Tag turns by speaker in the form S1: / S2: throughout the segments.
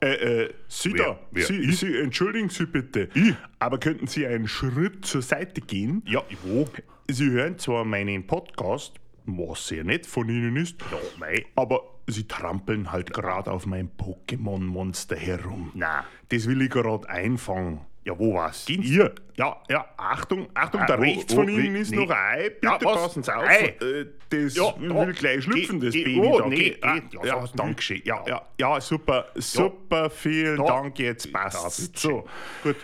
S1: Äh, äh, Sie
S2: Wer?
S1: da,
S2: Wer?
S1: Sie, Sie, entschuldigen Sie bitte,
S2: Ich?
S1: aber könnten Sie einen Schritt zur Seite gehen?
S2: Ja, wo?
S1: Sie hören zwar meinen Podcast, was sehr nett von Ihnen ist,
S2: Ja, mei.
S1: aber Sie trampeln halt gerade auf mein Pokémon-Monster herum.
S2: Na.
S1: Das will ich gerade einfangen.
S2: Ja, wo was?
S1: Gehen Sie-
S2: Ihr?
S1: Ja, ja, Achtung, Achtung,
S2: Ah,
S1: da
S2: wo-
S1: rechts
S2: wo-
S1: von Ihnen
S2: wie-
S1: ist
S2: nee.
S1: noch ein Ei. Bitte
S2: Ja, was?
S1: passen Sie auf.
S2: Ei.
S1: Äh, Das
S2: Ja,
S1: will
S2: da.
S1: gleich schlüpfen,
S2: Geh-
S1: das
S2: geh-
S1: Baby.
S2: oh,
S1: da.
S2: nee,
S1: Geh- ja,
S2: ah, ja,
S1: ja,
S2: sag's
S1: danke
S2: nicht.
S1: schön. Ja, ja, ja, super, super, vielen
S2: Da.
S1: Dank, jetzt passt.
S2: bitte.
S1: So, gut.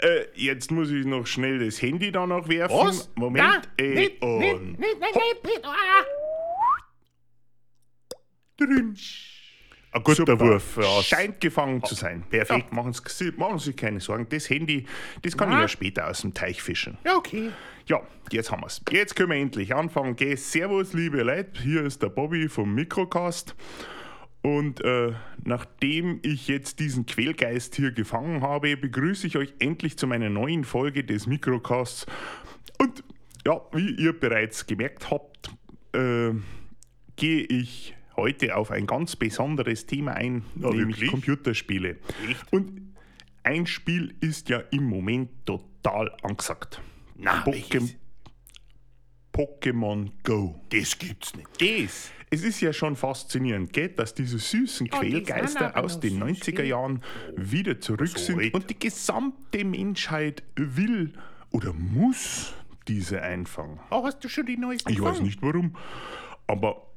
S1: Äh, jetzt muss ich noch schnell das Handy da noch werfen.
S2: Was?
S1: Moment.
S2: Na,
S1: äh,
S2: nicht,
S1: und
S2: nicht,
S3: Nicht, nicht, nicht, bitte. Ah.
S1: Drin.
S2: Ein guter
S1: Super.
S2: Wurf. Ja.
S1: Scheint gefangen zu sein.
S2: perfekt.
S1: Ja, machen, Sie, machen Sie keine Sorgen. Das Handy, das kann ich ja später aus dem Teich fischen.
S2: Ja, okay.
S1: Ja, jetzt haben wir's. Jetzt können wir endlich anfangen. Geh, servus, liebe Leute. Hier ist der Bobby vom Mikrocast. Und äh, nachdem ich jetzt diesen Quälgeist hier gefangen habe, begrüße ich euch endlich zu meiner neuen Folge des Mikrocasts. Und ja, wie ihr bereits gemerkt habt, äh, gehe ich heute auf ein ganz besonderes Thema ein, nämlich
S2: wirklich?
S1: Computerspiele.
S2: Echt?
S1: Und ein Spiel ist ja im Moment total angesagt.
S2: Na,
S1: Pokémon,
S2: welches?
S1: Pokémon Go.
S2: Das gibt's nicht. Das?
S1: Es ist ja schon faszinierend, gell, dass diese süßen
S3: die sind
S1: Quälgeister
S3: aber
S1: aus
S3: noch
S1: den
S3: süß,
S1: 90er
S3: gell?
S1: Jahren wieder zurück
S2: So
S1: sind
S2: alt.
S1: und die gesamte Menschheit will oder muss diese einfangen.
S2: Oh, hast du schon die neuesten
S1: Ich weiß nicht warum, aber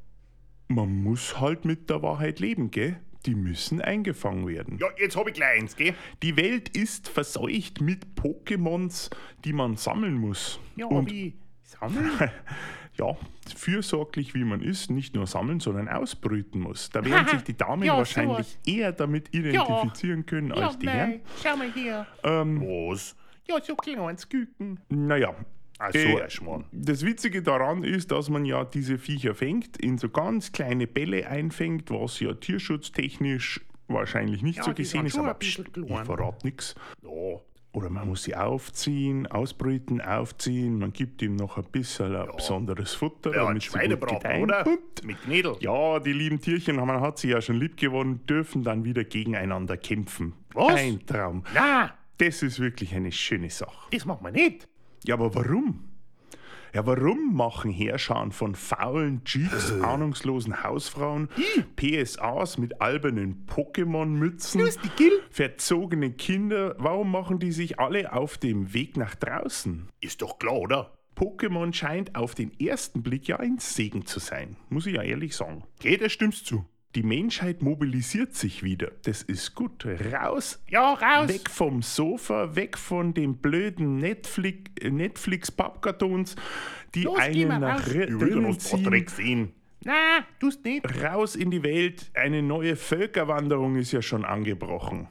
S1: man muss halt mit der Wahrheit leben, gell? Die müssen eingefangen werden.
S2: Ja, jetzt hab ich gleich eins, gell?
S1: Die Welt ist verseucht mit Pokémons, die man sammeln muss.
S2: Ja,
S1: und
S2: wie? Sammeln?
S1: ja, fürsorglich wie man ist, nicht nur sammeln, sondern ausbrüten muss. Da werden sich die Damen
S3: Ja,
S1: wahrscheinlich
S3: sowas.
S1: eher damit identifizieren können
S3: Ja,
S1: als die Herren.
S3: nein. Schau mal hier.
S2: Was?
S3: Ja, so kleines Küken.
S1: Naja.
S2: Ach so,
S1: äh,
S2: ein Schmarrn.
S1: das Witzige daran ist, dass man ja diese Viecher fängt, in so ganz kleine Bälle einfängt, was ja tierschutztechnisch wahrscheinlich nicht
S3: Ja,
S1: so
S3: die
S1: gesehen
S3: sind
S1: ist,
S3: schon
S1: aber
S3: ein bisschen
S1: pst, ich
S3: klein.
S1: verrate nichts.
S2: Ja.
S1: Oder man muss sie aufziehen, ausbrüten, aufziehen, man gibt ihm noch ein bisschen ein besonderes Futter,
S2: Ja, ein
S1: damit sie gut
S2: Schweinebraten,
S1: gedeihen.
S2: oder?
S1: Und
S2: Mit Knädel.
S1: Ja, die lieben Tierchen, man hat sie ja schon lieb gewonnen, dürfen dann wieder gegeneinander kämpfen.
S2: Was?
S1: Ein Traum.
S2: Na,
S1: Das ist wirklich eine schöne Sache.
S2: das machen wir nicht.
S1: Ja, aber warum? Ja, warum machen Herrschauen von faulen Cheats, ahnungslosen Hausfrauen, PSAs mit albernen Pokémon-Mützen,
S2: Lustig, gell?
S1: verzogene Kinder, warum machen die sich alle auf dem Weg nach draußen?
S2: Ist doch klar, oder?
S1: Pokémon scheint auf den ersten Blick ja ein Segen zu sein, muss ich ja ehrlich sagen.
S2: Geh, das stimmt's zu.
S1: Die Menschheit mobilisiert sich wieder. Das ist gut. Raus,
S3: Ja, raus.
S1: weg vom Sofa, weg von den blöden Netflix, Netflix-Pappkartons, die
S3: Los, geh
S1: einen
S3: mal
S1: nach
S3: raus.
S2: Ich will
S1: drinnen
S2: noch ein paar
S1: ziehen.
S2: Dreck sehen.
S3: Na, tust nicht.
S1: Raus in die Welt. Eine neue Völkerwanderung ist ja schon angebrochen.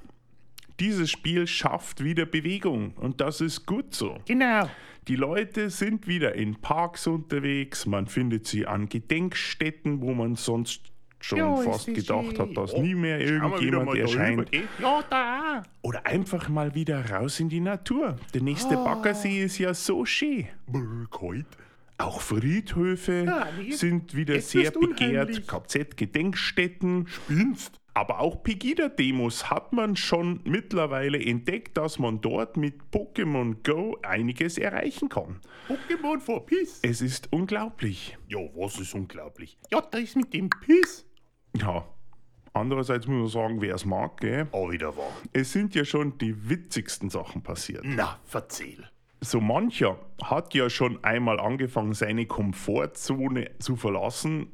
S1: Dieses Spiel schafft wieder Bewegung und das ist gut so.
S3: Genau.
S1: Die Leute sind wieder in Parks unterwegs, man findet sie an Gedenkstätten, wo man sonst schon
S3: Ja, ist
S1: fast
S3: das
S1: gedacht
S3: schön.
S1: hat, dass
S2: Oh,
S1: nie mehr
S2: Schauen wir wieder
S1: irgendjemand
S2: mal da
S1: erscheint.
S2: rüber, gell?
S3: Ja, da.
S1: Oder einfach mal wieder raus in die Natur. Der
S3: Ah.
S1: nächste Baggersee ist ja so schön.
S2: Brr, kalt.
S1: Auch Friedhöfe
S3: Ja, Ah, nee,
S1: sind wieder
S3: jetzt
S1: sehr
S3: wirst du
S1: begehrt,
S3: unheimlich.
S1: KZ-Gedenkstätten.
S2: Binst.
S1: Aber auch Pegida-Demos hat man schon mittlerweile entdeckt, dass man dort mit Pokémon Go einiges erreichen kann.
S2: Pokémon for Peace.
S1: Es ist unglaublich.
S2: Ja, was ist unglaublich.
S3: Ja, da ist mit dem Piss.
S1: Ja. Andererseits muss man sagen, wer es mag, gell?
S2: Auch wieder wahr.
S1: Es sind ja schon die witzigsten Sachen passiert.
S2: Na, verzähl.
S1: So mancher hat ja schon einmal angefangen, seine Komfortzone zu verlassen,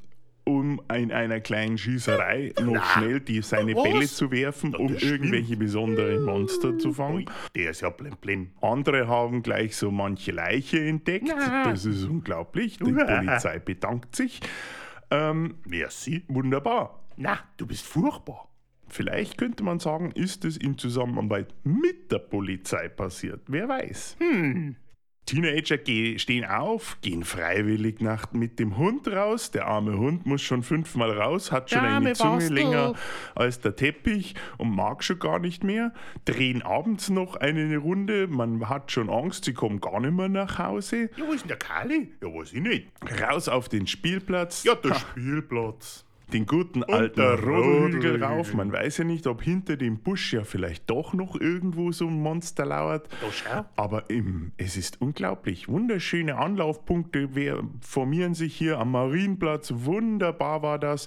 S1: um in einer kleinen Schießerei noch schnell die, seine
S2: Was?
S1: Bälle zu werfen, um
S2: das stimmt.
S1: irgendwelche besonderen Monster zu fangen.
S2: Der ist ja blin blin.
S1: Andere haben gleich so manche Leiche entdeckt.
S3: Na.
S1: Das ist unglaublich. Die
S2: Uah.
S1: Polizei bedankt sich.
S2: Merci.
S1: Wunderbar.
S2: Na, du bist furchtbar.
S1: Vielleicht könnte man sagen, ist es in Zusammenarbeit mit der Polizei passiert. Wer weiß.
S3: Hm.
S1: Teenager ge- stehen auf, gehen freiwillig nach, mit dem Hund raus. Der arme Hund muss schon fünfmal raus, hat schon
S3: Der
S1: eine
S3: arme
S1: Zunge
S3: Bastel.
S1: länger als der Teppich und mag schon gar nicht mehr. Drehen abends noch eine Runde. Man hat schon Angst, sie kommen gar nicht mehr nach Hause.
S2: Ja, wo ist denn der Kali? Ja, weiß ich nicht.
S1: Raus auf den Spielplatz.
S2: Ja, der Spielplatz.
S1: den guten alten
S2: der
S1: Rodelhügel
S2: Rodelhügel.
S1: rauf. Man weiß ja nicht, ob hinter dem Busch ja vielleicht doch noch irgendwo so ein Monster lauert.
S2: Da schau.
S1: Aber im, es ist unglaublich. Wunderschöne Anlaufpunkte wer- formieren sich hier am Marienplatz. Wunderbar war das.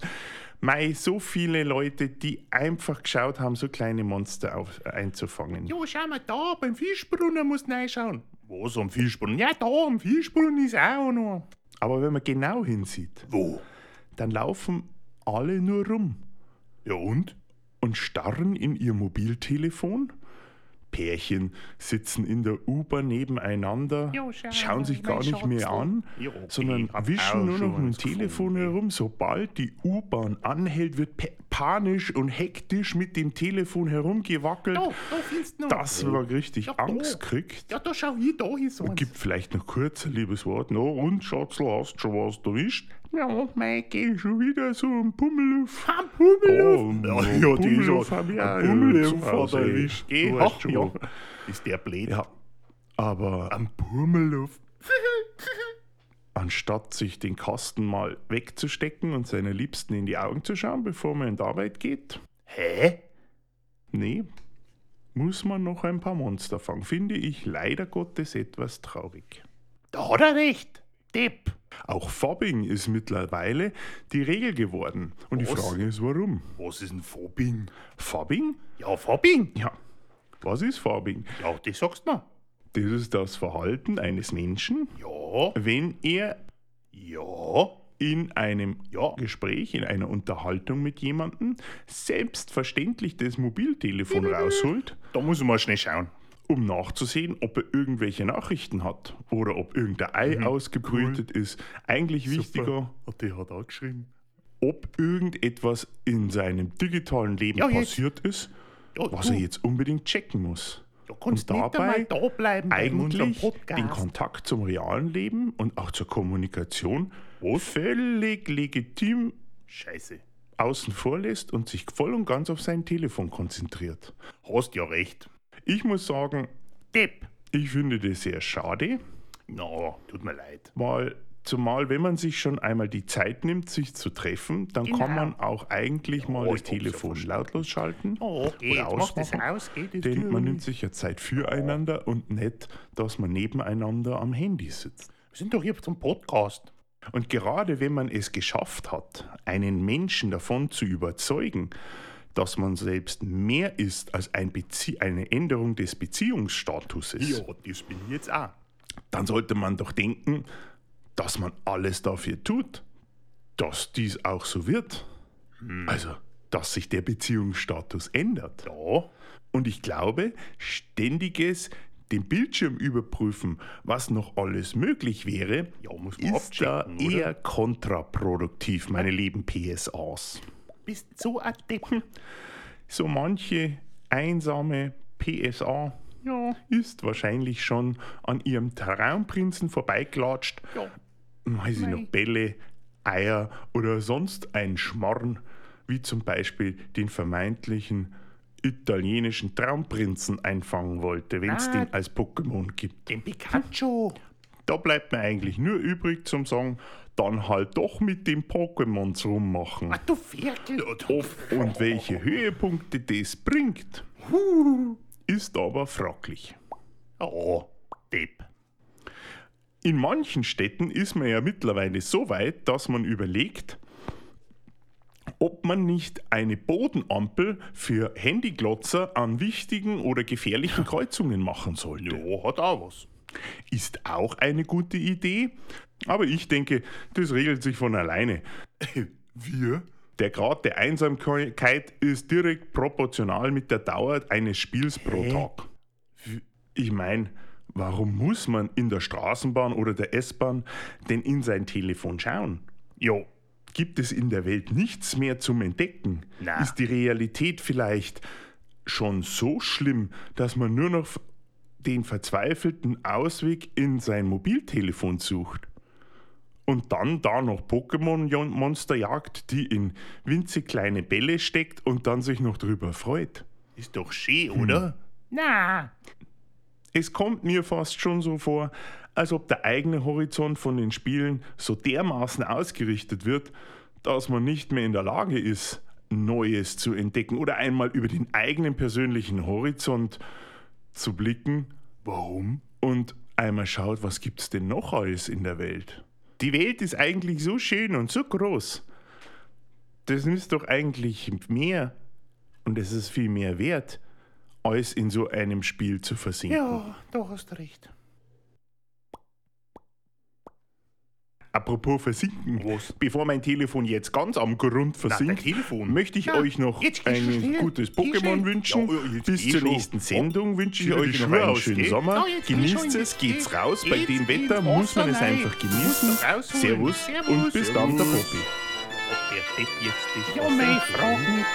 S1: Mei, so viele Leute, die einfach geschaut haben, so kleine Monster auf, einzufangen.
S3: Jo, schau mal da, beim Fischbrunnen musst du reinschauen.
S2: Was am Fischbrunnen?
S3: Ja, da, am Fischbrunnen ist auch noch.
S1: Aber wenn man genau hinsieht,
S2: Wo?
S1: dann laufen alle nur rum
S2: Ja und?
S1: und starren in ihr Mobiltelefon. Pärchen sitzen in der U-Bahn nebeneinander,
S3: Jo, schau,
S1: schauen sich gar
S3: mein
S1: nicht mehr
S3: Schatzel.
S1: an,
S2: Ja, okay,
S1: sondern
S2: ich hab
S1: wischen
S2: auch
S1: nur
S2: schon
S1: noch ein
S2: eins gefunden,
S1: Telefon
S2: ey.
S1: herum. Sobald die U-Bahn anhält, wird pe- panisch und hektisch mit dem Telefon herumgewackelt.
S3: Da, da findest du noch.
S1: Das war richtig
S3: Ja, da.
S1: Angst kriegt.
S3: Ja, da schau hier, da ist eins.
S1: Gibt vielleicht noch kurz ein liebes Wort. Na und, Schatzl, hast schon was erwischt?
S3: ja, mein Geh.
S1: Schon wieder so ein Pummeluff.
S3: Am Pummel.
S1: Oh,
S2: Ja, ja, die ist
S1: Pummeluff
S2: auch-
S1: hab ich
S2: der
S1: auch Also,
S2: Pummeluff
S1: zu
S2: hat
S1: Hause.
S2: erwischt.
S1: Geh,
S2: Du
S1: ach,
S2: weißt schon.
S1: ja.
S2: Ist der blöd?
S1: Ja, aber
S2: Am Pummeluft.
S1: anstatt sich den Kasten mal wegzustecken und seiner Liebsten in die Augen zu schauen, bevor man in die Arbeit geht,
S2: Hä?
S1: nee, muss man noch ein paar Monster fangen. Finde ich leider Gottes etwas traurig.
S3: Da hat er recht. Depp.
S1: Auch Fobbing ist mittlerweile die Regel geworden. Und die
S2: Was?
S1: Frage ist, warum?
S2: Was ist ein Fobbing?
S1: Fobbing?
S2: Ja, Fobbing.
S1: Ja. Was ist Fobbing?
S2: Ja, das sagst du mir.
S1: Das ist das Verhalten eines Menschen,
S2: Ja,
S1: wenn er
S2: ja.
S1: in einem
S2: Ja.
S1: Gespräch, in einer Unterhaltung mit jemandem selbstverständlich das Mobiltelefon rausholt,
S2: Da muss ich mal schnell schauen.
S1: um nachzusehen, ob er irgendwelche Nachrichten hat oder ob irgendein Ei ausgebrütet ist. Eigentlich wichtiger,
S2: Die hat auch geschrieben.
S1: ob irgendetwas in seinem digitalen Leben
S3: Ja, jetzt.
S1: passiert ist,
S3: Ja,
S1: was
S3: du,
S1: er jetzt unbedingt checken muss.
S3: Da kannst du nicht
S1: dabei
S3: einmal da bleiben in unserem
S1: Eigentlich den
S3: Podcast.
S1: Kontakt zum realen Leben und auch zur Kommunikation völlig legitim
S2: Scheiße.
S1: außen vor lässt und sich voll und ganz auf sein Telefon konzentriert.
S2: Hast ja recht.
S1: Ich muss sagen,
S3: Depp.
S1: ich finde das sehr schade,
S2: Na, tut mir leid.
S1: weil zumal wenn man sich schon einmal die Zeit nimmt, sich zu treffen, dann
S3: Genau.
S1: kann man auch eigentlich mal
S2: ich
S1: das
S2: hab's ja
S1: Telefon
S2: verstanden.
S1: lautlos schalten.
S3: Oh, geh,
S1: Oder
S3: jetzt mach das
S1: ausmachen.
S3: aus, geh, das
S1: Denn
S3: tut
S1: man
S3: mir
S1: nimmt sich ja Zeit füreinander und nicht, dass man nebeneinander am Handy sitzt.
S2: Wir sind doch hier zum Podcast.
S1: Und gerade wenn man es geschafft hat, einen Menschen davon zu überzeugen, dass man selbst mehr ist als ein Bezie eine Änderung des Beziehungsstatuses,
S2: Ja, das bin ich jetzt auch.
S1: dann sollte man doch denken, dass man alles dafür tut, dass dies auch so wird.
S2: Hm.
S1: Also, dass sich der Beziehungsstatus ändert.
S2: Ja,
S1: Und ich glaube, ständiges den Bildschirm überprüfen, was noch alles möglich wäre,
S2: Ja, muss man
S1: ist da
S2: abchecken, oder?
S1: eher kontraproduktiv, meine lieben PSAs.
S3: Bist so ein Depp.
S1: So manche einsame PSA
S3: Ja,
S1: ist wahrscheinlich schon an ihrem Traumprinzen vorbeiklatscht,
S3: ja.
S1: weiß ich noch,
S3: Mei.
S1: Bälle, Eier oder sonst ein Schmarrn, wie zum Beispiel den vermeintlichen italienischen Traumprinzen einfangen wollte, wenn es
S3: Ah.
S1: den als Pokémon gibt.
S3: Den Pikachu.
S1: Da bleibt mir eigentlich nur übrig zum sagen, dann halt doch mit den Pokémons rummachen.
S3: Ah, du Ferkel.
S1: Ob und welche Höhepunkte das bringt, ist aber fraglich. Oh,
S2: ja, Depp.
S1: In manchen Städten ist man ja mittlerweile so weit, dass man überlegt, ob man nicht eine Bodenampel für Handyglotzer an wichtigen oder gefährlichen Kreuzungen machen sollte.
S2: Ja, hat auch was.
S1: Ist auch eine gute Idee, aber ich denke, das regelt sich von alleine.
S2: Wir?
S1: Der Grad der Einsamkeit ist direkt proportional mit der Dauer eines Spiels pro Tag. Ich meine, warum muss man in der Straßenbahn oder der S-Bahn denn in sein Telefon schauen?
S2: Ja,
S1: Gibt es in der Welt nichts mehr zum Entdecken?
S2: Na.
S1: Ist die Realität vielleicht schon so schlimm, dass man nur noch den verzweifelten Ausweg in sein Mobiltelefon sucht? Und dann da noch Pokémon-Monster jagt, die in winzig kleine Bälle steckt und dann sich noch drüber freut.
S2: ist doch schön, oder?
S3: Na,
S1: Es kommt mir fast schon so vor, als ob der eigene Horizont von den Spielen so dermaßen ausgerichtet wird, dass man nicht mehr in der Lage ist, Neues zu entdecken oder einmal über den eigenen persönlichen Horizont zu blicken
S2: Warum?
S1: und einmal schaut, was gibt es denn noch alles in der Welt. Die Welt ist eigentlich so schön und so groß. Das ist doch eigentlich mehr und es ist viel mehr wert, als in so einem Spiel zu versinken.
S2: Ja, da hast du recht.
S1: Apropos versinken,
S2: Was?
S1: bevor mein Telefon jetzt ganz am Grund
S2: dein
S1: versinkt,
S2: Telefon.
S1: möchte ich
S2: Na,
S1: euch noch
S2: jetzt geht's schon
S1: ein
S2: schnell.
S1: gutes
S2: Geh schnell.
S1: Pokémon wünschen.
S2: Ja, ja, jetzt
S1: Bis
S2: eh
S1: zur
S2: schon.
S1: nächsten Sendung wünsche ich
S2: zieh dir die
S1: euch noch
S2: Schuhe
S1: einen
S2: aus,
S1: schönen
S2: geh.
S1: Sommer.
S2: Ja, jetzt geh schon,
S1: Genießt es,
S2: jetzt
S1: geht's
S2: geh.
S1: raus. Bei
S2: Jetzt
S1: dem
S2: geht's
S1: Wetter muss man
S2: raus,
S1: es
S2: allein.
S1: einfach genießen.
S2: Rausholen.
S1: Servus
S2: Servus.
S1: und bis dann, der
S2: Servus.
S1: Poppy.
S2: Ob der Depp jetzt dich
S3: Ja, mei, frag mich.